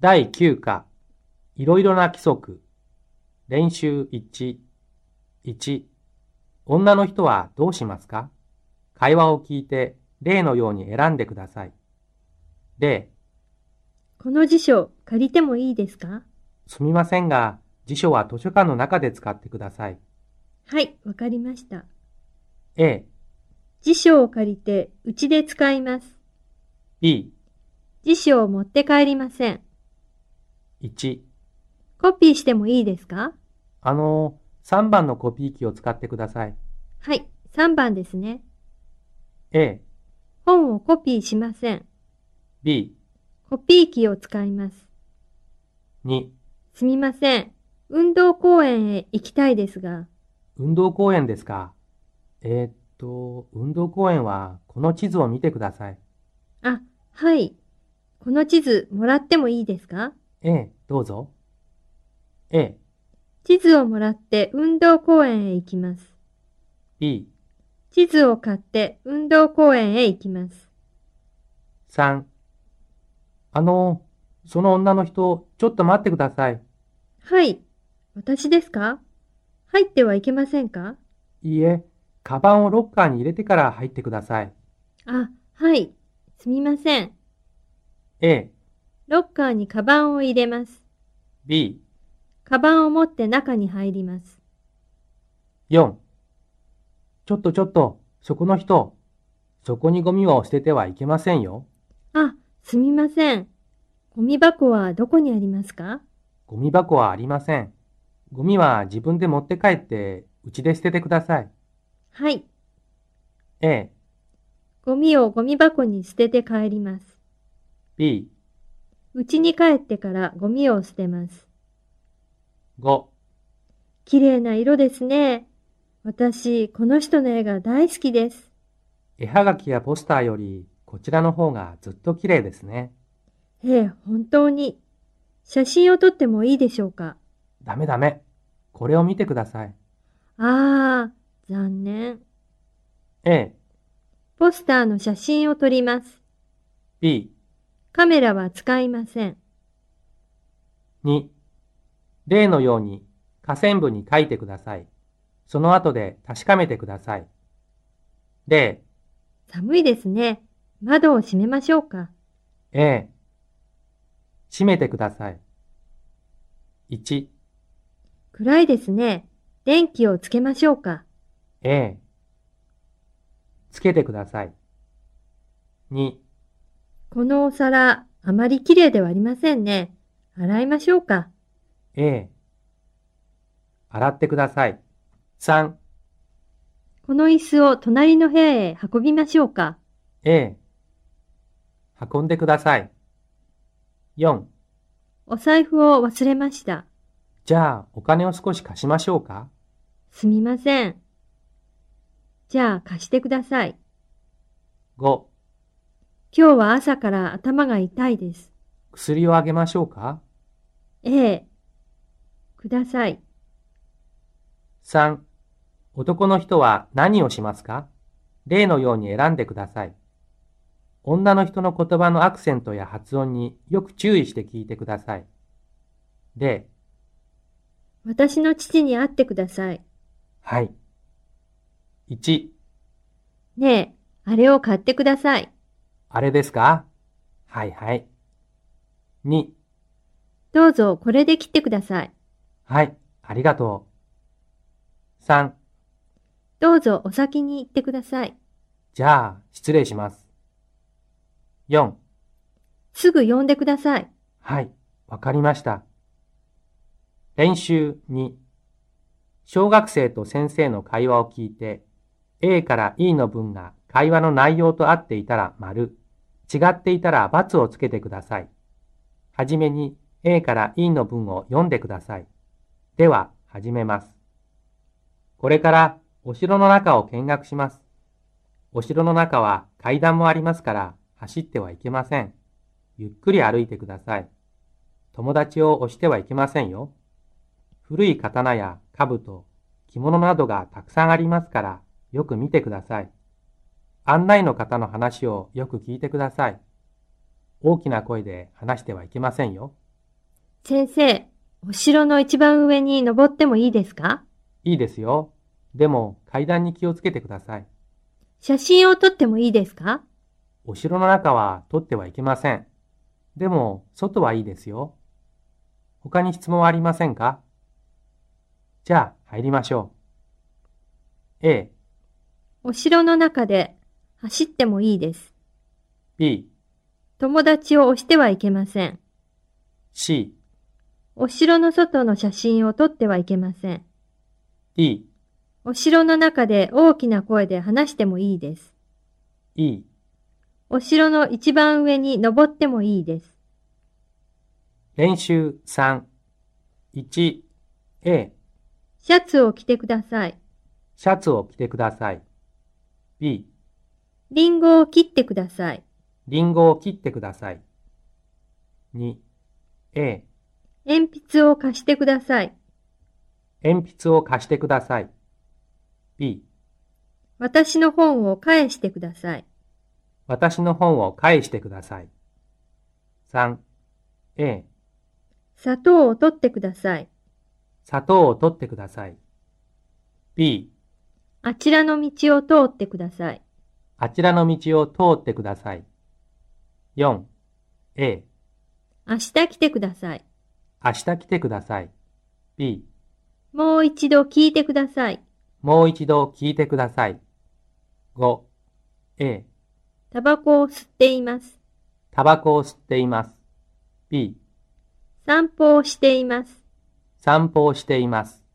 第9課、いろいろな規則。練習1、1、女の人はどうしますか会話を聞いて例のように選んでください。例、この辞書借りてもいいですかすみませんが、辞書は図書館の中で使ってください。はい、わかりました。 A、辞書を借りてうちで使います。 B、辞書を持って帰りません。 1。コピーしてもいいですかあの、3番のコピー機を使ってください。はい、3番ですね。 A、本をコピーしません。 B、コピー機を使います。 2。すみません。運動公園へ行きたいですが、運動公園ですか。えーっと、運動公園はこの地図を見てください。あ、はい。この地図もらってもいいですか A、どうぞ。A、地図をもらって運動公園へ行きます。 B、地図を買って運動公園へ行きます。 3。あの、その女の人、ちょっと待ってください。はい。私ですか入ってはいけませんかいいえ、カバンをロッカーに入れてから入ってください。あ、はい。すみません。 A、ロッカーにカバンを入れます。 B、カバンを持って中に入ります。 4。ちょっとちょっと、そこの人、そこにゴミを捨ててはいけませんよ。あ、すみません。ゴミ箱はどこにありますかゴミ箱はありません。ゴミは自分で持って帰って、うちで捨ててください。はい。 A、ゴミをゴミ箱に捨てて帰ります。 B、うちに帰ってからゴミを捨てます。 5。綺麗な色ですね。私、この人の絵が大好きです。絵はがきやポスターより、こちらの方がずっと綺麗ですね。ええ、本当に。写真を撮ってもいいでしょうかダメダメ。これを見てください。ああ、残念。 A、ポスターの写真を撮ります。 B、カメラは使いません。 2。例のように、下線部に書いてください。その後で確かめてください。例、寒いですね。窓を閉めましょうか。 A。閉めてください。1、暗いですね。電気をつけましょうか。 A。つけてください。2、このお皿、あまり綺麗ではありませんね。洗いましょうか。 A。洗ってください。3、この椅子を隣の部屋へ運びましょうか。 A 運んでください。4お財布を忘れました。じゃあお金を少し貸しましょうかすみません。じゃあ貸してください。 ?5 今日は朝から頭が痛いです。薬をあげましょうかええ。ください。 ?3 男の人は何をしますか例のように選んでください。女の人の言葉のアクセントや発音によく注意して聞いてください。で、私の父に会ってください。はい。1、ねえ、あれを買ってください。あれですかはいはい。2、どうぞこれで切ってください。はい、ありがとう。3、どうぞお先に行ってください。じゃあ、失礼します。4、すぐ呼んでください。はい、わかりました。練習2、小学生と先生の会話を聞いて、A から E の文が会話の内容と合っていたら丸、違っていたら×をつけてください。はじめに A から E の文を読んでください。では、始めます。これからお城の中を見学します。お城の中は階段もありますから走ってはいけません。ゆっくり歩いてください。友達を押してはいけませんよ。古い刀や兜、着物などがたくさんありますから、よく見てください。案内の方の話をよく聞いてください。大きな声で話してはいけませんよ。先生、お城の一番上に登ってもいいですかいいですよ。でも階段に気をつけてください。写真を撮ってもいいですかお城の中は取ってはいけません。でも、外はいいですよ。他に質問はありませんかじゃあ、入りましょう。A、お城の中で走ってもいいです。 B、友達を押してはいけません。 C、お城の外の写真を撮ってはいけません。 D、お城の中で大きな声で話してもいいです。 E、お城の一番上に登ってもいいです。練習3、1、A、シャツを着てください。シャツを着てください。B、リンゴを切ってください。リンゴを切ってください。2、A、鉛筆を貸してください。鉛筆を貸してください。B、私の本を返してください。私の本を返してください。3、A、砂糖を取ってください。砂糖を取ってください。B、あちらの道を通ってください。あちらの道を通ってください。4、A、明日来てください。明日来てください。B、もう一度聞いてください。もう一度聞いてください。5、A、タバコを吸っています。タバコを吸っています。B、散歩をしています。散歩をしています。